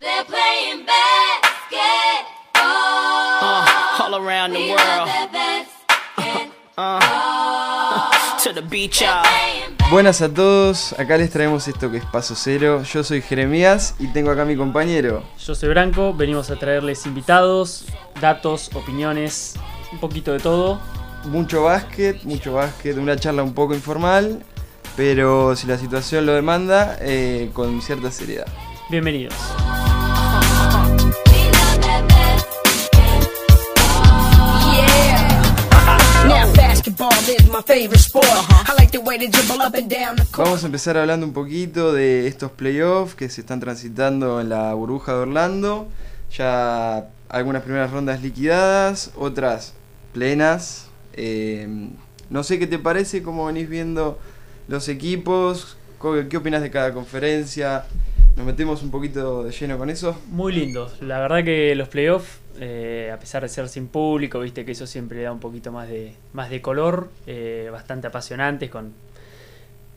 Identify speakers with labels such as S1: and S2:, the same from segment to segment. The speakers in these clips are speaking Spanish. S1: They're playing basketball.
S2: Uh, all around the
S1: We
S2: world.
S1: love their basketball.
S2: To the beach,
S1: They're
S2: y'all.
S1: playing
S3: Buenas a todos, acá les traemos esto que es Paso Cero. Yo soy Jeremías y tengo acá a mi compañero.
S4: Yo soy Branco, venimos a traerles invitados, datos, opiniones, un poquito de todo.
S3: Mucho básquet, mucho básquet, una charla un poco informal, pero si la situación lo demanda, eh, con cierta seriedad.
S4: Bienvenidos.
S1: We love their basketball. Yeah.
S5: Now basketball is my favorite sport.
S3: Uh-huh.
S5: I like the way they dribble up and down the court.
S3: Vamos a empezar hablando un poquito de estos playoffs que se están transitando en la burbuja de Orlando. Ya algunas primeras rondas liquidadas, otras plenas. Eh, no sé qué te parece, cómo venís viendo los equipos, co- qué opinas de cada conferencia. Nos metemos un poquito de lleno con eso.
S4: Muy lindos. La verdad que los playoffs, eh, a pesar de ser sin público, viste que eso siempre le da un poquito más de, más de color, eh, bastante apasionantes, con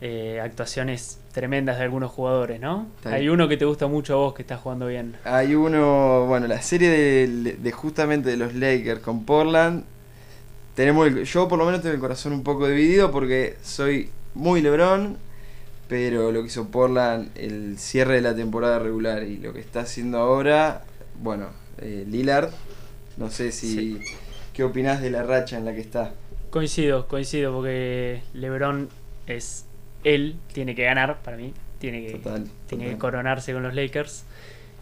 S4: eh, actuaciones tremendas de algunos jugadores, ¿no?
S3: Está bien.
S4: Hay uno que te gusta mucho a vos que está jugando bien.
S3: Hay uno, bueno, la serie de, de justamente de los Lakers con Portland. Tenemos el- yo por lo menos tengo el corazón un poco dividido porque soy muy LeBron, pero lo que hizo Portland el cierre de la temporada regular y lo que está haciendo ahora, bueno, eh, Lillard, no sé si qué opinás de la racha en la que está.
S4: Coincido, coincido, porque LeBron es él, tiene que ganar para mí, tiene que,
S3: Total.
S4: tiene que
S3: total.
S4: coronarse con los Lakers.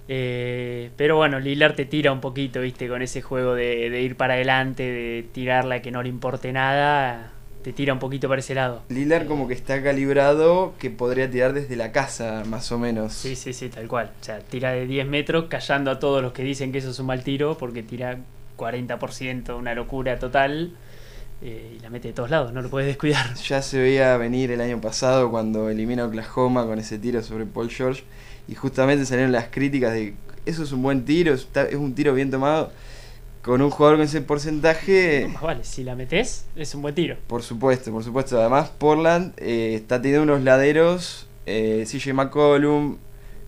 S4: Eh, pero bueno, Lillard te tira un poquito, viste, con ese juego de, de ir para adelante, de tirarla que no le importe nada, te tira un poquito para ese lado.
S3: Lillard como que está calibrado que podría tirar desde la casa más o menos.
S4: Sí, sí, sí, tal cual. O sea, tira de 10 metros, callando a todos los que dicen que eso es un mal tiro, porque tira 40%, una locura total, eh, y la mete de todos lados, no lo puedes descuidar.
S3: Ya se veía venir el año pasado cuando elimina a Oklahoma con ese tiro sobre Paul George y justamente salieron las críticas de eso es un buen tiro, está- es un tiro bien tomado. Con un jugador con ese porcentaje,
S4: Más vale, si la metes, es un buen tiro.
S3: por supuesto, por supuesto. Además, Portland eh, está teniendo unos laderos, eh, CJ McCollum,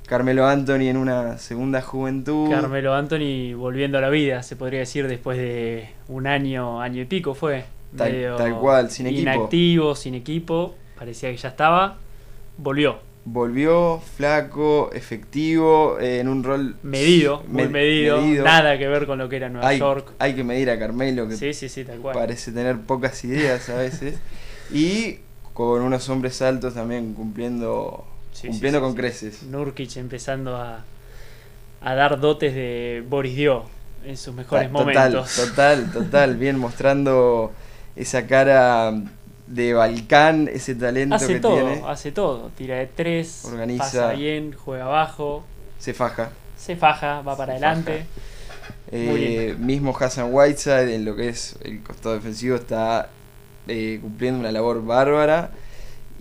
S3: Carmelo Anthony en una segunda juventud.
S4: Carmelo Anthony volviendo a la vida, se podría decir, después de un año, año y pico fue.
S3: Tal- tal cual, sin equipo.
S4: Inactivo, sin equipo, parecía que ya estaba. Volvió,
S3: Volvió flaco, efectivo, eh, en un rol
S4: medido, muy
S3: med-
S4: medido, Nada que ver con lo que era Nueva
S3: Hay,
S4: York.
S3: hay que medir a Carmelo, que
S4: Sí, sí, sí, tal cual.
S3: parece tener pocas ideas a veces. y con unos hombres altos también cumpliendo
S4: Sí,
S3: cumpliendo
S4: sí,
S3: con
S4: sí,
S3: creces.
S4: Nurkic empezando a, a dar dotes de Boris Dio en sus mejores
S3: Ta- Ah, total,
S4: momentos.
S3: total, total, bien mostrando esa cara de Balcán, ese talento
S4: Hace
S3: que
S4: todo, Ah.
S3: tiene.
S4: hace todo. Tira de tres,
S3: Organiza.
S4: pasa bien, juega abajo,
S3: Se faja.
S4: se faja, va para
S3: Se
S4: adelante.
S3: faja.
S4: Muy
S3: Eh, mismo Hassan Whiteside en lo que es el costado defensivo está eh, cumpliendo una labor bárbara.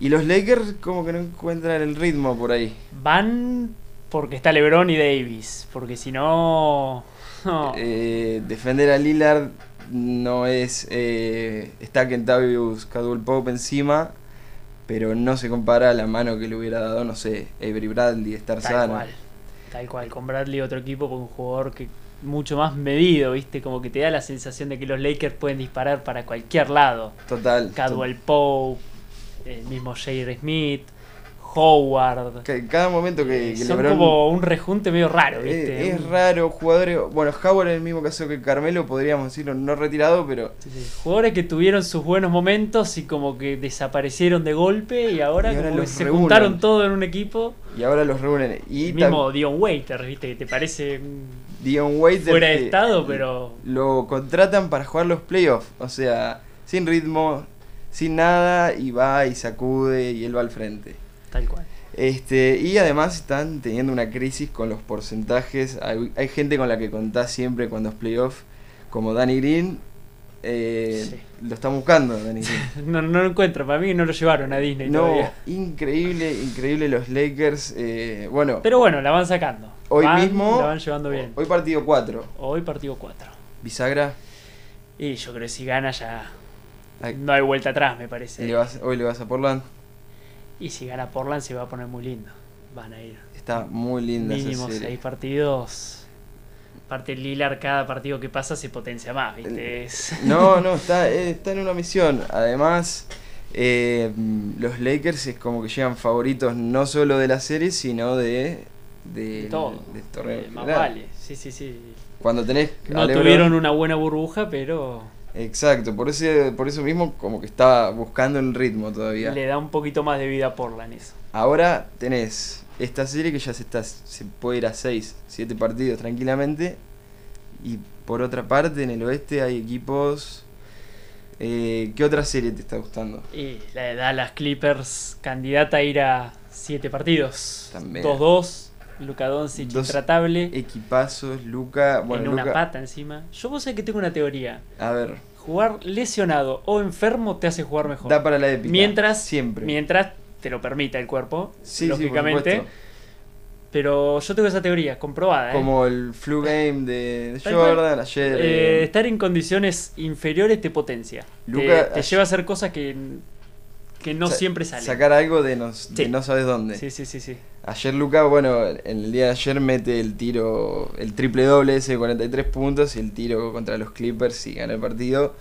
S3: Y los Lakers como que no encuentran el ritmo por ahí.
S4: Van porque está LeBron y Davis, porque si no... no.
S3: Eh, defender a Lillard no es. eh, está Kentavius Caldwell Pope encima, pero no se compara a la mano que le hubiera dado, no sé, Avery Bradley, estar
S4: tal
S3: sano.
S4: cual. Tal cual, con Bradley otro equipo, con un jugador que mucho más medido, ¿viste? Como que te da la sensación de que los Lakers pueden disparar para cualquier lado.
S3: Total.
S4: Cadwell Pope, el mismo J.R. Smith, Howard.
S3: To- ca- Cada momento que,
S4: Eh,
S3: que
S4: Son
S3: LeBron-
S4: como un rejunte medio raro, ¿viste?
S3: Eh, es
S4: Un-
S3: raro, jugadores. Bueno, Howard en el mismo caso que Carmelo, podríamos decirlo, no retirado, pero.
S4: Sí, sí. Jugadores que tuvieron sus buenos momentos y como que desaparecieron de golpe y ahora,
S3: Y ahora
S4: como que
S3: los
S4: se
S3: reúnen.
S4: juntaron todo en un equipo.
S3: Y ahora los reúnen. Y
S4: El
S3: tam-
S4: mismo Dion Waiter, ¿viste? Que te parece mm,
S3: Dion Waiters.
S4: fuera de
S3: que-
S4: estado, pero
S3: lo contratan para jugar los playoffs. O sea, sin ritmo, sin nada, y va y sacude y él va al frente.
S4: tal cual.
S3: Este, y además están teniendo una crisis con los porcentajes. Hay, hay gente con la que contás siempre cuando es playoff, como Danny Green. Eh,
S4: Sí.
S3: Lo están buscando, Danny Green.
S4: No, no lo encuentro, para mí no lo llevaron a Disney
S3: No,
S4: todavía.
S3: increíble, increíble los Lakers. eh, bueno,
S4: Pero bueno, la van sacando.
S3: hoy
S4: Van-
S3: mismo.
S4: La van llevando bien.
S3: Hoy partido 4.
S4: Hoy partido 4.
S3: Bisagra.
S4: Y yo creo que si gana ya
S3: ay,
S4: no hay vuelta atrás, me parece.
S3: le vas- hoy le vas a Portland.
S4: Y si gana Portland se va a poner muy lindo. Van a ir.
S3: Está muy linda
S4: Mínimo
S3: esa serie.
S4: seis partidos. Parte Lilar, cada partido que pasa se potencia más, ¿viste? Es-
S3: No, no, está, eh, está en una misión. Además, eh, los Lakers es como que llegan favoritos no solo de la serie, sino de, de-
S4: de todo.
S3: del torneo.
S4: Eh,
S3: en
S4: más
S3: general.
S4: vale. Sí, sí, sí.
S3: Cuando tenés. a
S4: No
S3: LeBron-
S4: tuvieron una buena burbuja, pero
S3: Exacto, por, ese, por eso mismo, como que está buscando el ritmo todavía.
S4: le da un poquito más de vida a Portland eso.
S3: Ahora tenés esta serie que ya se, está, se puede ir a 6, 7 partidos tranquilamente. Y por otra parte, en el oeste hay equipos. eh, ¿Qué otra serie te está gustando?
S4: Y la de Dallas Clippers, candidata a ir a siete partidos.
S3: También.
S4: 2-2. Luka Doncic
S3: Dos-
S4: intratable.
S3: Equipazos, Luca. Bueno,
S4: en una
S3: Luca-
S4: pata encima. Yo vos sabés que tengo una teoría.
S3: A ver,
S4: Jugar lesionado o enfermo te hace jugar mejor.
S3: da para la épica.
S4: mientras,
S3: Siempre.
S4: mientras te lo permita el cuerpo,
S3: Sí, sí, por
S4: lógicamente.
S3: supuesto.
S4: pero yo tengo esa teoría, comprobada. ¿eh?
S3: Como el flu game de de
S4: Tal cual.
S3: Jordan ayer.
S4: Eh,
S3: eh,
S4: estar en condiciones inferiores te potencia. Te-
S3: Luca,
S4: te,
S3: ayer-
S4: lleva a hacer cosas que, que no
S3: sa-
S4: siempre salen.
S3: Sacar algo de no, de
S4: Sí.
S3: no sabes dónde.
S4: Sí, sí, sí, sí.
S3: Ayer Luca, bueno, en el día de ayer mete el tiro, el triple doble ese de 43 puntos y el tiro contra los Clippers y gana el partido.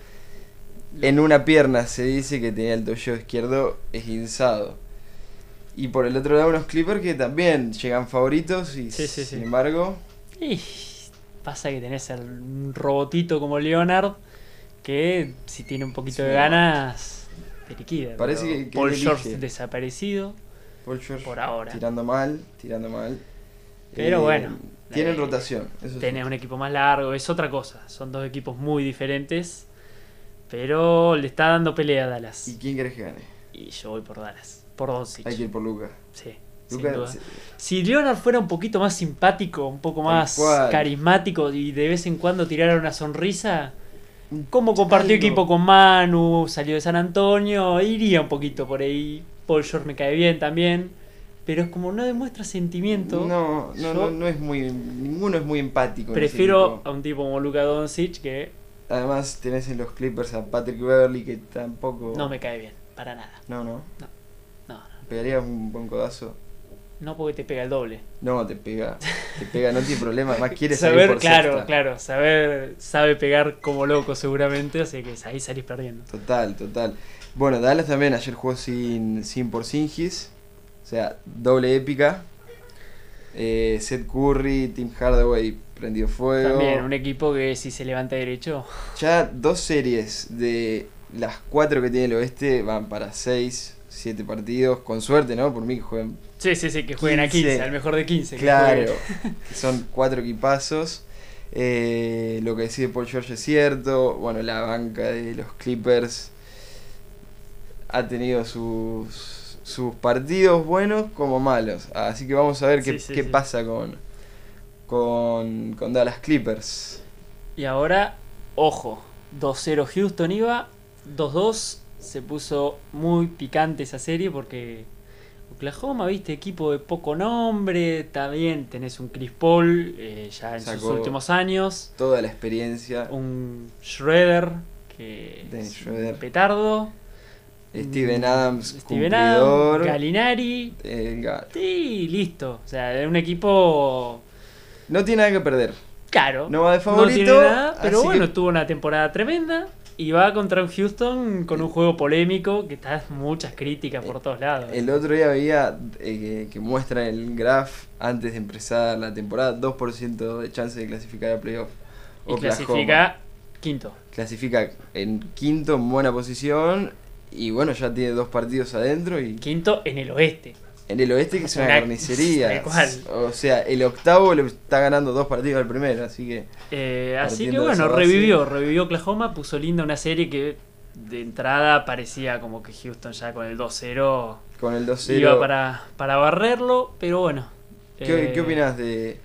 S3: En una pierna se dice que tenía el tobillo izquierdo esguinzado. Y por el otro lado unos Clippers que también llegan favoritos y
S4: Sí, sí, sí.
S3: sin embargo...
S4: Y pasa que tenés al- un robotito como Leonard que si tiene un
S3: Es
S4: poquito de
S3: un robot.
S4: ganas te liquida.
S3: Parece
S4: pero
S3: que- que
S4: Paul
S3: elige.
S4: George desaparecido.
S3: Paul George
S4: Por ahora.
S3: Tirando mal, tirando mal.
S4: Pero bueno,
S3: Tienen
S4: eh,
S3: rotación. Eso sí.
S4: Tenés un equipo más largo, es otra cosa. Son dos equipos muy diferentes. Pero le está dando pelea a Dallas.
S3: ¿Y
S4: Y,
S3: quién crees que gane?
S4: yo voy por Dallas. Por Doncic.
S3: Hay que ir por Luca.
S4: Sí, sin
S3: Luca
S4: duda.
S3: se-
S4: Si Leonard fuera un poquito más simpático, un poco
S3: Tal
S4: más
S3: cual.
S4: carismático y de vez en cuando tirara una sonrisa, como compartió
S3: algo.
S4: equipo con Manu, salió de San Antonio, iría un poquito por ahí. Paul George me cae bien también, pero es como no demuestra sentimiento.
S3: No, no,
S4: Yo
S3: no, no es muy. Ninguno es muy empático. en ese
S4: prefiero
S3: equipo.
S4: a un tipo como Luka Doncic que
S3: Además, tenés en los Clippers a Patrick Beverly que tampoco.
S4: no me cae bien, para nada.
S3: No, no.
S4: No, no,
S3: Pegaría un buen codazo.
S4: no porque te pega el doble.
S3: No, te pega. Te pega, no tiene problema. Más quiere salir
S4: saber,
S3: por
S4: claro,
S3: sexta.
S4: claro, saber, sabe pegar como loco seguramente, así que ahí salís perdiendo.
S3: Total, total. Bueno, Dallas también ayer jugó sin, sin Porzingis. O sea, doble épica. Eh, Seth Curry, Tim Hardaway prendió fuego.
S4: También, un equipo que si se levanta derecho,
S3: Ya dos series de las cuatro que tiene el oeste van para seis, siete partidos. Con suerte, ¿no? Por mí que jueguen
S4: Sí, sí, sí, que jueguen a 15,
S3: 15,
S4: al mejor de 15. que
S3: Claro,
S4: jueguen.
S3: que son cuatro equipazos. Eh, lo que decide Paul George es cierto. Bueno, la banca de los Clippers ha tenido sus, sus partidos buenos como malos. Así que vamos a ver qué,
S4: Sí, sí,
S3: qué
S4: sí.
S3: pasa con, con, con Dallas Clippers.
S4: Y ahora, ojo, 2-0 Houston iba, 2-2, se puso muy picante esa serie porque Oklahoma, viste, equipo de poco nombre, está bien, tenés un Chris Paul eh, ya en sus
S3: Sacó-
S4: últimos años,
S3: Toda la experiencia.
S4: un Schroeder que
S3: Dennis
S4: es
S3: Schroeder.
S4: un petardo,
S3: Steven
S4: mm,
S3: Adams,
S4: Steven
S3: cumplidor.
S4: Adams, Galinari,
S3: Eh, Gal-
S4: sí, listo, o sea, era un equipo
S3: no tiene nada que perder.
S4: Claro.
S3: No va de
S4: No tiene
S3: favorito,
S4: nada, pero
S3: así
S4: bueno,
S3: que-
S4: tuvo una temporada tremenda. Y va contra un Houston con un juego polémico que está muchas críticas por todos lados.
S3: El otro día veía eh, que, que muestra el graph antes de empezar la temporada 2% de chance de clasificar a playoff.
S4: y
S3: Oklahoma.
S4: clasifica quinto.
S3: clasifica en quinto en buena posición y bueno, ya tiene dos partidos adentro y
S4: Quinto en el oeste.
S3: en el oeste que es una
S4: Una-
S3: carnicería.
S4: tal cual.
S3: O sea, el octavo le está ganando dos partidos al primero, así que
S4: Eh, así que
S3: Partiendo de esa
S4: bueno,
S3: base.
S4: revivió, revivió Oklahoma, puso linda una serie que de entrada parecía como que Houston ya con el 2-0
S3: con el 2-0.
S4: iba para, para barrerlo, pero bueno.
S3: ¿Qué,
S4: eh,
S3: ¿Qué opinas de.?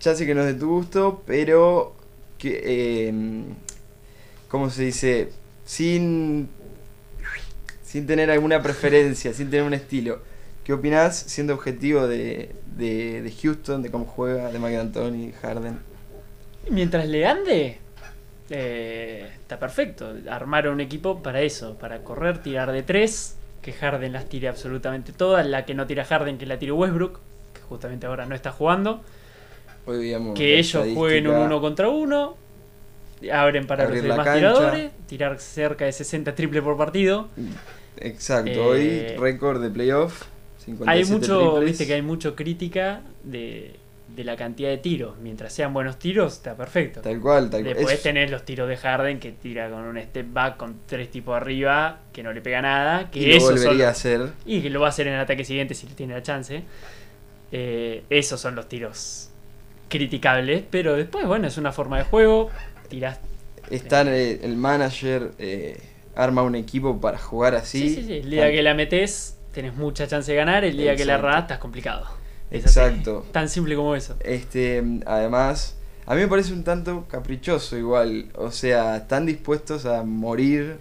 S3: Ya sé que no es de tu gusto, pero. Que, eh, ¿Cómo se dice? Sin. Sin tener alguna preferencia, sin tener un estilo. ¿Qué opinás, siendo objetivo de, de, de Houston, de cómo juega, de Mike D'Antoni, Harden?
S4: Mientras le ande, eh, está perfecto. Armaron un equipo para eso, para correr, tirar de tres, que Harden las tire absolutamente todas, la que no tira Harden, que la tire Westbrook, que justamente ahora no está jugando.
S3: Hoy veíamos la
S4: Que ellos jueguen un
S3: estadística.
S4: uno contra uno. Abren para
S3: Abrir
S4: los
S3: la
S4: demás
S3: cancha.
S4: tiradores. Tirar cerca de 60 triple por partido.
S3: Exacto, hoy
S4: Eh,
S3: récord de playoff. 57
S4: Hay mucho,
S3: triples.
S4: viste que hay mucho crítica de, de la cantidad de tiros. Mientras sean buenos tiros, está perfecto.
S3: Tal cual, tal cual.
S4: Después
S3: Es-
S4: tenés los tiros de Harden que tira con un step back con tres tipos arriba, que no le pega nada. Que
S3: y lo
S4: esos son-
S3: volvería a hacer.
S4: y que lo va a hacer en el ataque siguiente si tiene la chance. Eh, esos son los tiros criticables, pero después, bueno, es una forma de juego. Tirás.
S3: Está el, el manager, eh, arma un equipo para jugar así.
S4: Sí, sí, sí. El día
S3: Tan-
S4: que la metes, tenés mucha chance de ganar. El día que la
S3: Exacto.
S4: errás, estás complicado. Es así.
S3: Exacto.
S4: Tan simple como eso.
S3: Este, además, a mí me parece un tanto caprichoso igual. O sea, están dispuestos a morir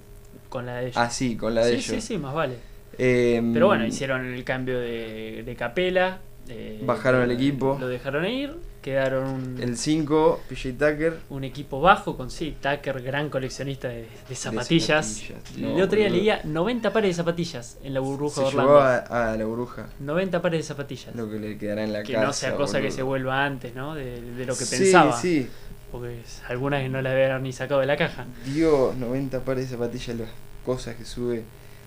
S4: Con la de ellos.
S3: así, con Ah, la de
S4: sí,
S3: ellos.
S4: sí, sí, más vale.
S3: Em,
S4: Pero bueno, hicieron el cambio de, de capela. eh,
S3: Bajaron el equipo.
S4: Lo dejaron ir. Quedaron un,
S3: El 5, PJ Tucker.
S4: un equipo bajo con sí, Tucker, gran coleccionista de, de zapatillas.
S3: zapatillas,
S4: El
S3: no,
S4: otro día
S3: boludo.
S4: leía 90 pares de zapatillas en la burbuja
S3: Se
S4: de
S3: llevó
S4: Orlando.
S3: a, a la bruja.
S4: 90 pares de zapatillas.
S3: Lo que le quedará en la
S4: que
S3: casa.
S4: no sea cosa que
S3: boludo.
S4: se vuelva antes, ¿no? De, de lo que
S3: Sí,
S4: pensaba.
S3: Sí,
S4: Porque es- algunas que no las habían ni sacado de la caja.
S3: Dios, 90 pares de zapatillas, las cosas que sube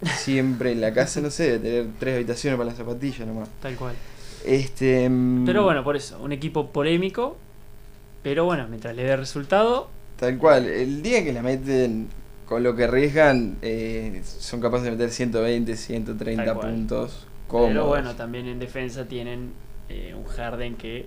S3: siempre en la casa. No sé, de tener tres habitaciones para las zapatillas nomás.
S4: Tal cual.
S3: Este. mm,
S4: Pero bueno, por eso, un equipo polémico. Pero bueno, mientras le dé resultado,
S3: Tal cual, el día que la meten con lo que arriesgan, eh, son capaces de meter 120, 130
S4: Tal cual.
S3: puntos. Cómodos.
S4: Pero bueno, también en defensa tienen eh, un Harden que.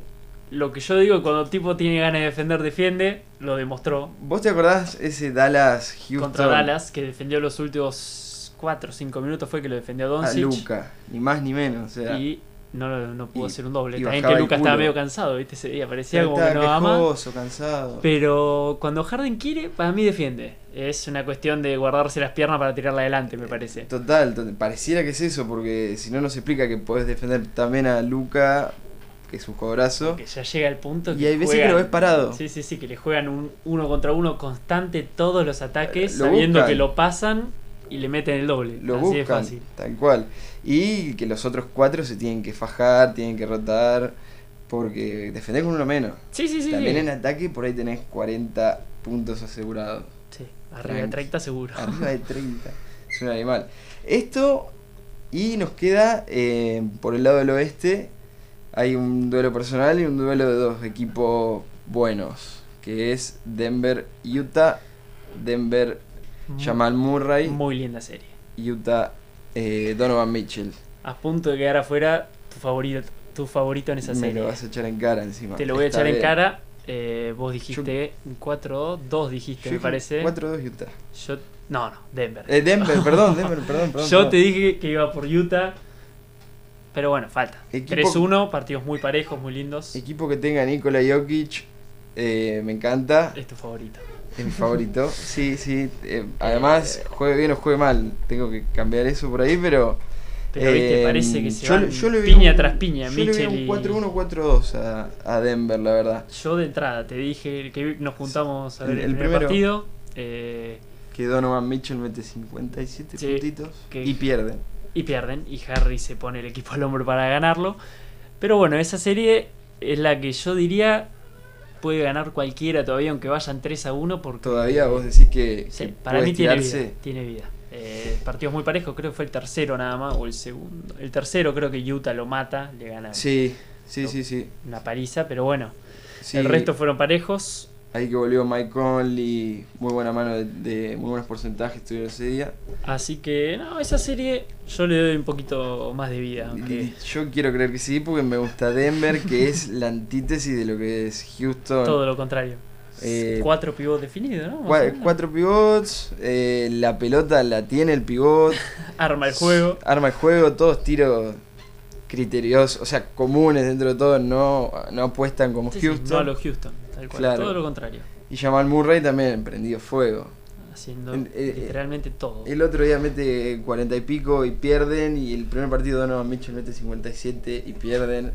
S4: Lo que yo digo, cuando tipo tiene ganas de defender, defiende. Lo demostró
S3: ¿Vos te acordás ese Dallas Houston?
S4: contra Dallas, que defendió los últimos 4 o 5 minutos. Fue que lo defendió
S3: A
S4: Doncic.
S3: Luca, ni más ni menos. O sea,
S4: Y no, lo- no pudo
S3: Y-
S4: hacer un doble.
S3: y
S4: También
S3: bajaba
S4: que
S3: el
S4: Lucas estaba
S3: culo.
S4: medio cansado, ¿viste? Ese día parecía
S3: pero
S4: como
S3: estaba
S4: que no ama.
S3: quejoso, cansado.
S4: Pero cuando Harden quiere, para mí defiende. Es una cuestión de guardarse las piernas para tirarla adelante, me parece.
S3: Total, to- pareciera que es eso, porque si no nos explica que podés defender también a Luca, que es un cobrazo.
S4: Que ya llega el punto que.
S3: Y hay veces que lo ves parado.
S4: Sí, sí, sí, que le juegan un uno contra uno constante todos los ataques,
S3: Eh, Lo
S4: sabiendo
S3: buscan.
S4: que lo pasan y le meten el doble.
S3: Lo
S4: Así de
S3: buscan,
S4: fácil.
S3: tal cual. Y que los otros cuatro se tienen que fajar, tienen que rotar, porque defender con uno menos.
S4: Sí, sí, sí.
S3: También
S4: sí.
S3: en ataque por ahí tenés 40 puntos asegurados.
S4: Sí, arriba de
S3: Tranqui.
S4: 30 seguro.
S3: Arriba de 30. Es un animal. Esto y nos queda eh, por el lado del oeste. Hay un duelo personal y un duelo de dos equipos buenos. Que es Denver, Utah. Denver, Jamal Murray.
S4: Mm. Muy linda serie.
S3: Utah, eh, Donovan Mitchell.
S4: A punto de quedar afuera tu favorito, tu favorito en esa
S3: Me
S4: serie.
S3: lo vas a echar en cara encima.
S4: Te lo voy a
S3: Esta
S4: echar en
S3: vez.
S4: cara. Eh, vos dijiste 4-2, 2 dijiste,
S3: Yo
S4: me
S3: dije
S4: parece.
S3: 4-2 Utah.
S4: Yo, no, no, Denver.
S3: Eh, Denver, perdón, Denver, perdón, perdón.
S4: Yo
S3: perdón.
S4: te dije que iba por Utah. Pero bueno, falta.
S3: Equipo-
S4: 3-1, partidos muy parejos, muy lindos.
S3: Equipo que tenga Nikola Jokic, eh, me encanta,
S4: Es tu favorito.
S3: es mi favorito. Sí, sí, eh, además, juegue bien o juegue mal, tengo que cambiar eso por ahí, pero.
S4: Pero viste,
S3: eh,
S4: parece que se
S3: yo
S4: van
S3: le- yo le vi
S4: piña
S3: un-
S4: tras piña,
S3: Yo le vi
S4: Mitchell
S3: un
S4: y-
S3: 4-1-4-2 a, a Denver, la verdad.
S4: Yo de entrada te dije que nos juntamos a
S3: El-
S4: ver el,
S3: el
S4: primer
S3: primero.
S4: partido. eh,
S3: Que Donovan Mitchell mete 57
S4: Sí,
S3: puntitos
S4: que-
S3: y pierden.
S4: y pierden. Y Harry se pone el equipo al hombro para ganarlo. Pero bueno, esa serie es la que yo diría puede ganar cualquiera todavía, aunque vayan 3 a 1. Porque
S3: Todavía vos decís que,
S4: eh, Sí,
S3: que
S4: para
S3: puede
S4: mí tiene vida,
S3: estirarse.
S4: tiene vida. Eh, partidos muy parejos, creo que fue el tercero nada más, o el segundo. El tercero creo que Utah lo mata, le gana
S3: Sí, sí, sí, sí.
S4: una paliza, pero bueno.
S3: Sí,
S4: El resto fueron parejos.
S3: Ahí que volvió Mike Conley, muy buena mano de, de- muy buenos porcentajes tuvieron ese día.
S4: Así que, no, esa serie yo le doy un poquito más de vida. Aunque
S3: Yo quiero creer que sí, porque me gusta Denver, que es la antítesis de lo que es Houston.
S4: todo lo contrario.
S3: Eh,
S4: Cuatro pivots definidos, ¿no? Más
S3: Cua-
S4: o menos.
S3: cuatro pivots, eh, la pelota la tiene el pivot,
S4: Arma el juego.
S3: arma el juego, todos tiros criteriosos, o sea, comunes dentro de todo, no, no apuestan como
S4: Sí, sí,
S3: Houston.
S4: no a los Houston, tal cual.
S3: Claro.
S4: Todo lo contrario.
S3: Y Jamal Murray también prendió fuego.
S4: Haciendo
S3: En- eh,
S4: literalmente todo.
S3: El otro día mete 40 y pico y pierden. Y el primer partido Donovan Mitchell mete 57 y pierden.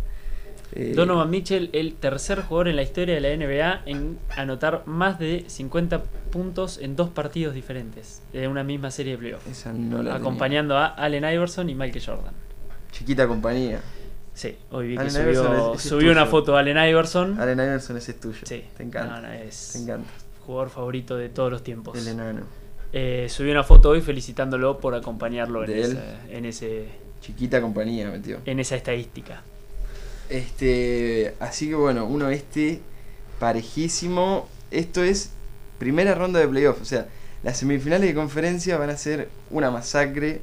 S3: Eh,
S4: Donovan Mitchell, el tercer jugador en la historia de la NBA en anotar más de 50 puntos en dos partidos diferentes de una misma serie de playoffs,
S3: Esa no la tenía.
S4: acompañando a Allen Iverson y Michael Jordan.
S3: Chiquita compañía.
S4: Sí, hoy vi que
S3: Allen Iverson
S4: subió,
S3: es- es
S4: subió una
S3: tuyo.
S4: foto de Allen Iverson.
S3: Allen Iverson, ese es tuyo.
S4: Sí.
S3: Te encanta.
S4: No, no, es-
S3: Te encanta.
S4: Jugador favorito de todos los tiempos.
S3: El enano.
S4: Eh, subió una foto hoy felicitándolo por acompañarlo en,
S3: De él.
S4: esa- en, ese,
S3: Chiquita compañía, metió.
S4: en esa estadística.
S3: Este, así que bueno, uno este parejísimo. Esto es primera ronda de playoff. O sea, las semifinales de conferencia van a ser una masacre.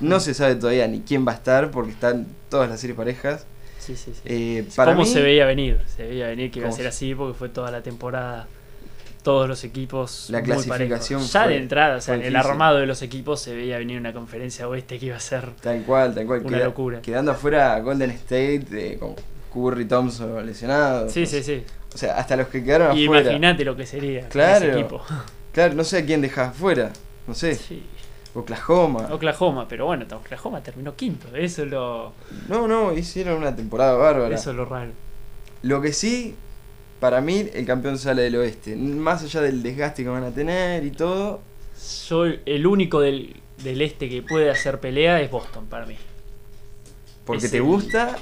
S4: Mm.
S3: No se sabe todavía ni quién va a estar porque están todas las series parejas.
S4: Sí, sí, sí.
S3: Eh, para
S4: ¿Cómo
S3: mí,
S4: se veía venir? Se veía venir que iba a
S3: ¿Cómo
S4: ser
S3: se-
S4: así porque fue toda la temporada, todos los equipos.
S3: La
S4: muy
S3: clasificación
S4: parejos. Ya
S3: fue-
S4: de entrada, o sea,
S3: fue
S4: en el
S3: difícil.
S4: armado de los equipos se veía venir una conferencia oeste que iba a ser.
S3: Tal cual, tal cual.
S4: Una locura.
S3: Quedando afuera Golden State eh, con Curry Thompson lesionado.
S4: Sí, sí, sí.
S3: O sea, hasta los que quedaron
S4: Y
S3: afuera.
S4: imagínate lo que sería con
S3: Claro.
S4: ese equipo.
S3: Claro, no sé a quién dejás afuera. No sé.
S4: Sí.
S3: Oklahoma.
S4: Oklahoma, pero bueno, Oklahoma terminó quinto. Eso es lo,
S3: No, no, hicieron una temporada bárbara.
S4: eso es lo raro.
S3: Lo que sí, para mí, el campeón sale del oeste. Más allá del desgaste que van a tener y todo.
S4: Yo, el único del, del este que puede hacer pelea es Boston para mí.
S3: Porque
S4: Es
S3: te
S4: el-
S3: gusta.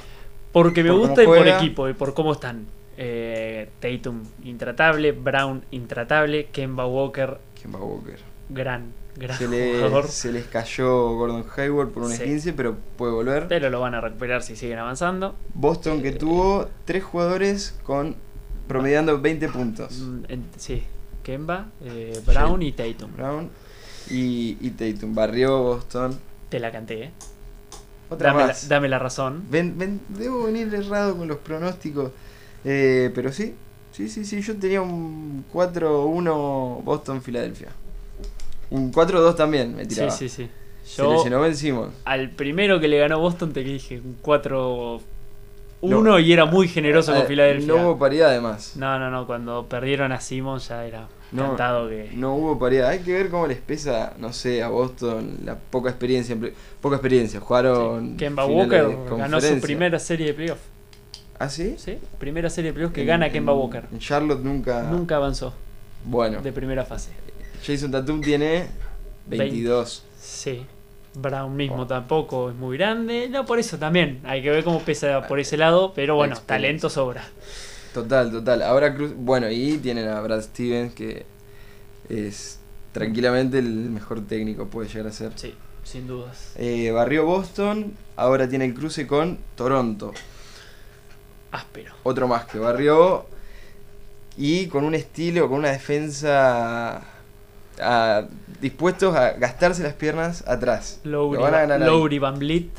S4: Porque me
S3: Por cómo
S4: gusta y por
S3: juega.
S4: equipo y por cómo están. Eh, Tatum intratable, Brown intratable, Kemba Walker
S3: Kemba Walker.
S4: gran, gran
S3: Se, le-
S4: jugador.
S3: se les cayó Gordon Hayward por un
S4: Sí.
S3: esguince, pero puede volver.
S4: Pero lo van a recuperar si siguen avanzando.
S3: Boston que
S4: Eh.
S3: tuvo tres jugadores con promediando 20 puntos.
S4: Mm, en- sí, Kemba, eh, Brown y Tatum.
S3: Brown y, y Tatum. Barrió Boston.
S4: Te la canté, ¿eh?
S3: Otra
S4: Dame la,
S3: más.
S4: dame la razón.
S3: Ven- ven- debo venir errado con los pronósticos. Eh, pero sí, sí, sí, sí. Yo tenía un 4-1 Boston-Filadelfia. Un 4-2 también me
S4: Sí,
S3: tiraba.
S4: sí, sí.
S3: Se
S4: Yo
S3: lesionó Ben Simmons.
S4: al primero que le ganó Boston te dije un 4-1
S3: No.
S4: y era muy generoso
S3: Ah,
S4: con Filadelfia.
S3: No hubo paridad además.
S4: No, no, no, cuando perdieron a Simmons ya era
S3: No,
S4: cantado que...
S3: No hubo paridad. Hay que ver cómo les pesa, no sé, a Boston la poca experiencia. en play- Poca experiencia. Jugaron.
S4: Sí, Kemba
S3: finales
S4: Walker
S3: de
S4: ganó su
S3: conferencia.
S4: primera serie de playoff.
S3: ¿Ah, sí?
S4: ¿Sí? Primera serie de playoff que
S3: En-
S4: gana Kemba
S3: en- Ah.
S4: Walker.
S3: En Charlotte nunca.
S4: Nunca avanzó
S3: Bueno,
S4: de primera fase.
S3: Jason Tatum tiene 22.
S4: Sí. Brown mismo
S3: Oh.
S4: tampoco es muy grande. No, por eso también. Hay que ver cómo pesa por ese lado. Pero bueno,
S3: experiencia.
S4: talento sobra.
S3: Total, total. Ahora Cruz. Bueno, y tienen a Brad Stevens, que es tranquilamente el mejor técnico, puede llegar a ser.
S4: Sí, sin dudas.
S3: Eh, barrió Boston, ahora tiene el cruce con Toronto.
S4: Áspero.
S3: Otro más que barrió. Y con un estilo, con una defensa. ah, dispuestos a gastarse las piernas atrás.
S4: Lowry,
S3: Lo van a ganar ahí.
S4: Lowry Van Vliet,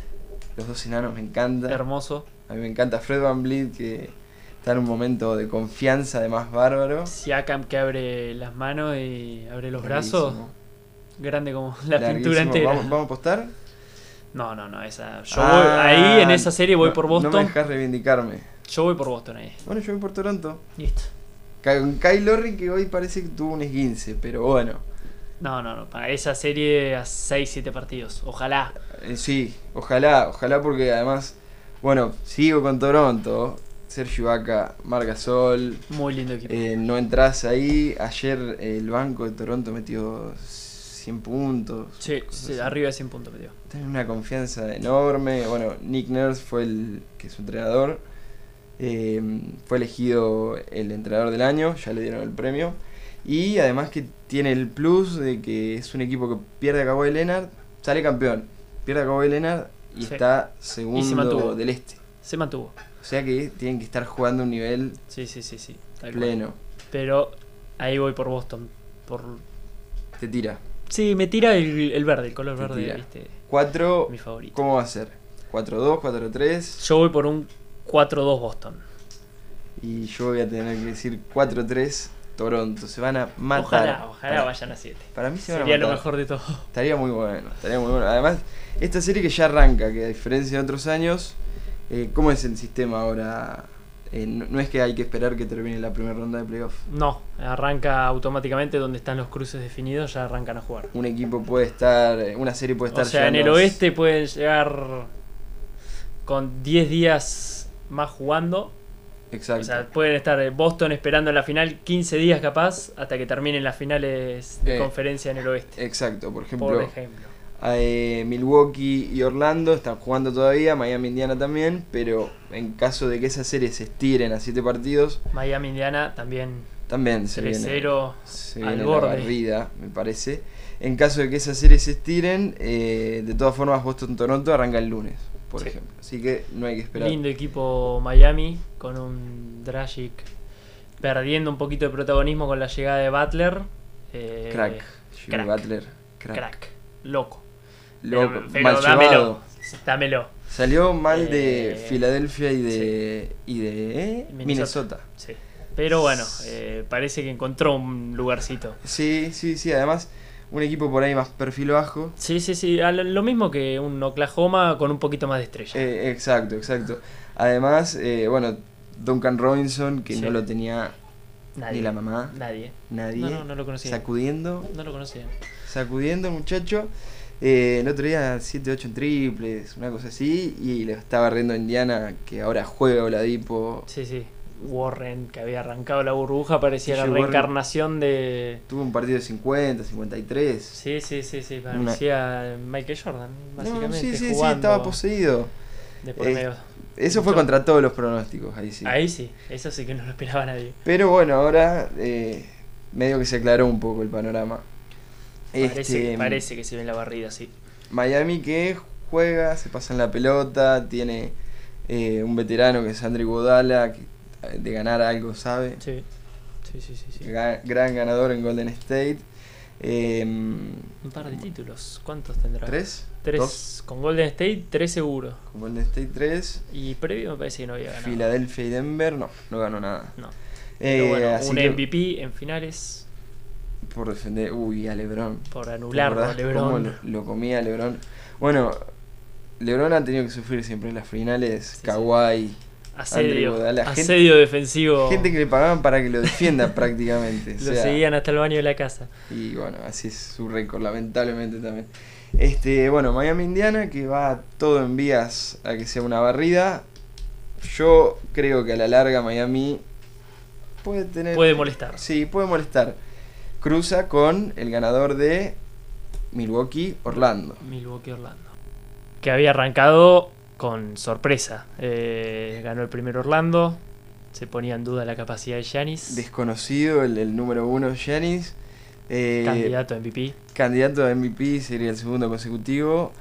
S3: Los dos enanos me encantan.
S4: hermoso.
S3: A mí me encanta Fred Van que está en un momento de confianza, además bárbaro.
S4: Siakam que abre las manos y abre los brazos.
S3: Larguísimo.
S4: Grande como la pintura
S3: Larguísimo.
S4: entera.
S3: ¿Vamos, vamos a apostar?
S4: No, no, no. Esa, yo
S3: Ah,
S4: voy, ahí en esa serie voy
S3: no-
S4: por Boston.
S3: No me dejas reivindicarme.
S4: Yo voy por Boston ahí.
S3: Bueno, yo voy por Toronto.
S4: Listo.
S3: Ca- Con Kyle Lowry que hoy parece que tuvo un esguince, pero bueno.
S4: No, no, no. Para esa serie a 6, 7 partidos. Ojalá.
S3: Eh, sí, ojalá, ojalá porque además, bueno, sigo con Toronto. Sergio Vaca, Marca Sol, eh,
S4: Muy lindo equipo.
S3: no entras ahí. Ayer eh, el banco de Toronto metió 100 puntos.
S4: sí,
S3: cosas
S4: sí,
S3: así.
S4: arriba de 100 puntos, me digo.
S3: Tienen una confianza enorme. Bueno, Nick Nurse fue el que es su entrenador. Eh, fue elegido el entrenador del año, ya le dieron el premio. Y además que tiene el plus de que es un equipo que pierde a Kawhi Leonard, sale campeón. Pierde a Kawhi Leonard y
S4: Sí.
S3: está
S4: mantuvo.
S3: segundo del este.
S4: Se mantuvo.
S3: O sea que tienen que estar jugando a un nivel
S4: Sí, sí, sí, sí. tal cual.
S3: pleno.
S4: Pero ahí voy por Boston. Por...
S3: Te tira.
S4: Sí, me tira el, el verde, el color
S3: Te
S4: verde,
S3: tira.
S4: viste,
S3: 4.
S4: mi favorito.
S3: ¿Cómo va a ser? 4-2, 4-3.
S4: Yo voy por un 4-2 Boston.
S3: Y yo voy a tener que decir 4-3 Toronto. Se van a matar.
S4: Ojalá, ojalá
S3: para,
S4: vayan a 7.
S3: Para mí se van
S4: Sería
S3: a matar.
S4: lo mejor de todo.
S3: Estaría muy bueno, estaría muy bueno. Además, esta serie que ya arranca, que a diferencia de otros años, eh, ¿cómo es el sistema ahora? Eh, no, no es que hay que esperar que termine la primera ronda de playoff.
S4: No, arranca automáticamente donde están los cruces definidos, ya arrancan a jugar.
S3: Un equipo puede estar, eh, una serie puede
S4: O
S3: estar
S4: sea, en el
S3: llegando a-
S4: oeste pueden llegar con 10 días más jugando.
S3: Exacto.
S4: O sea, pueden estar en Boston esperando la final 15 días capaz hasta que terminen las finales de
S3: Eh,
S4: conferencia en el oeste.
S3: Exacto, por ejemplo,
S4: Por ejemplo.
S3: eh, Milwaukee y Orlando están jugando todavía, Miami Indiana también, pero en caso de que esas series se estiren a 7 partidos,
S4: Miami, Indiana también
S3: también se viene,
S4: 3-0
S3: se
S4: al
S3: viene la
S4: borde.
S3: barrida, me parece. En caso de que esas series se estiren, eh, de todas formas Boston-Toronto arranca el lunes, por
S4: Sí.
S3: ejemplo. Así que no hay que esperar.
S4: Lindo equipo Miami con un Dragic perdiendo un poquito de protagonismo con la llegada de Butler. Eh,
S3: Crack, Jimmy
S4: crack,
S3: Butler, crack.
S4: Crack. Loco.
S3: Loco,
S4: Pero- pero
S3: mal
S4: dámelo.
S3: llevado.
S4: Dámelo.
S3: Salió mal de
S4: Eh,
S3: Filadelfia y de, y de ¿eh?
S4: Minnesota.
S3: Minnesota.
S4: Sí. Pero bueno, eh, parece que encontró un lugarcito.
S3: Sí, sí, sí. Además, un equipo por ahí más perfil bajo.
S4: Sí, sí, sí. a lo- Lo mismo que un Oklahoma con un poquito más de estrella.
S3: Eh, exacto, exacto. Además, eh, bueno, Duncan Robinson, que
S4: Sí.
S3: no lo tenía
S4: Nadie.
S3: ni la mamá,
S4: Nadie.
S3: nadie.
S4: No, no, no lo conocía.
S3: Sacudiendo,
S4: No lo conocía.
S3: sacudiendo el muchacho. Eh, el otro día 7-8 en triples, una cosa así. Y le estaba riendo a Indiana, que ahora juega Oladipo.
S4: Sí, sí. Warren, que había arrancado la burbuja, parecía la
S3: T.J. Warren.
S4: reencarnación de.
S3: Tuvo un partido de 50, 53.
S4: Sí, sí, sí, sí.
S3: Una-
S4: Parecía Michael Jordan,
S3: No,
S4: básicamente.
S3: sí, sí, sí,
S4: jugando
S3: estaba poseído.
S4: de por
S3: Eh,
S4: medio.
S3: Eso fue
S4: Yo-
S3: contra todos los pronósticos, ahí sí.
S4: Ahí sí, eso sí que no lo esperaba nadie.
S3: Pero bueno, ahora eh, medio que se aclaró un poco el panorama.
S4: Parece,
S3: Este,
S4: parece que se ve en la barrida, sí.
S3: Miami que juega, se pasa en la pelota, tiene eh, un veterano que es Andre Godala, que eh, de ganar algo sabe.
S4: Sí, sí, sí, sí. sí.
S3: Ga- Gran ganador en Golden State. Eh,
S4: Un par de títulos, ¿cuántos tendrá?
S3: ¿Tres?
S4: Tres.
S3: Dos.
S4: Con Golden State, tres seguro.
S3: Con Golden State 3.
S4: Y previo me parece que no había ganado.
S3: Filadelfia y Denver, no, no ganó nada.
S4: No.
S3: Eh,
S4: Pero bueno,
S3: así
S4: un
S3: que-
S4: MVP en finales
S3: Por defender. Uy, a Lebron.
S4: por
S3: ¿Te
S4: anular a
S3: acordás cómo
S4: LeBron.
S3: lo, lo comía Lebron? Bueno, Lebron ha tenido que sufrir siempre en las finales.
S4: sí.
S3: Kawhi.
S4: Asedio,
S3: Andrew Godala, gente-
S4: asedio defensivo.
S3: Gente que le pagaban para que lo defienda prácticamente. o
S4: Lo
S3: sea,
S4: seguían hasta el baño de la casa.
S3: Y bueno, así es su récord, lamentablemente también. Este, bueno, Miami Indiana, que va todo en vías a que sea una barrida. Yo creo que a la larga Miami puede tener.
S4: Puede molestar.
S3: Sí, puede molestar. Cruza con el ganador de Milwaukee, Orlando.
S4: Milwaukee Orlando. Que había arrancado con sorpresa. Eh, ganó el primer Orlando. Se ponía en duda la capacidad de Giannis.
S3: Desconocido, el, el número uno, Giannis. Eh,
S4: Candidato a MVP.
S3: candidato a MVP sería el segundo consecutivo.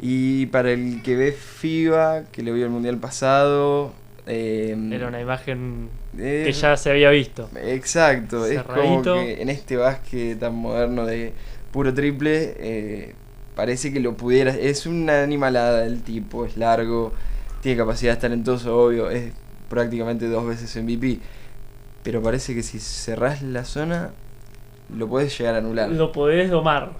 S3: Y para el que ve FIBA, que lo vio el mundial pasado. eh,
S4: Era una imagen
S3: eh,
S4: que ya se había visto.
S3: Exacto, es
S4: Cerradito.
S3: como que en este básquet tan moderno de puro triple, eh, parece que lo pudiera. Es una animalada del tipo, es largo, tiene capacidad, es talentoso, obvio, es prácticamente dos veces MVP. Pero parece que si cerrás la zona, lo puedes llegar a anular.
S4: Lo podés domar.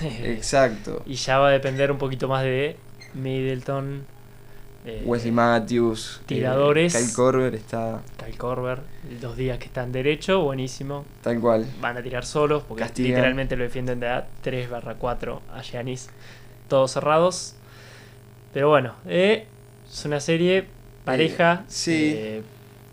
S3: Exacto.
S4: y ya va a depender un poquito más de Middleton. eh,
S3: Wesley Matthews, eh,
S4: tiradores.
S3: Kyle Korver está
S4: Kyle Korver, los días que están derecho, buenísimo.
S3: tal cual.
S4: Van a tirar solos, porque
S3: Castigan.
S4: literalmente lo defienden de a 3 barra 4 a Giannis. Todos cerrados. Pero bueno, eh, es una serie pareja.
S3: Eh, sí.
S4: eh,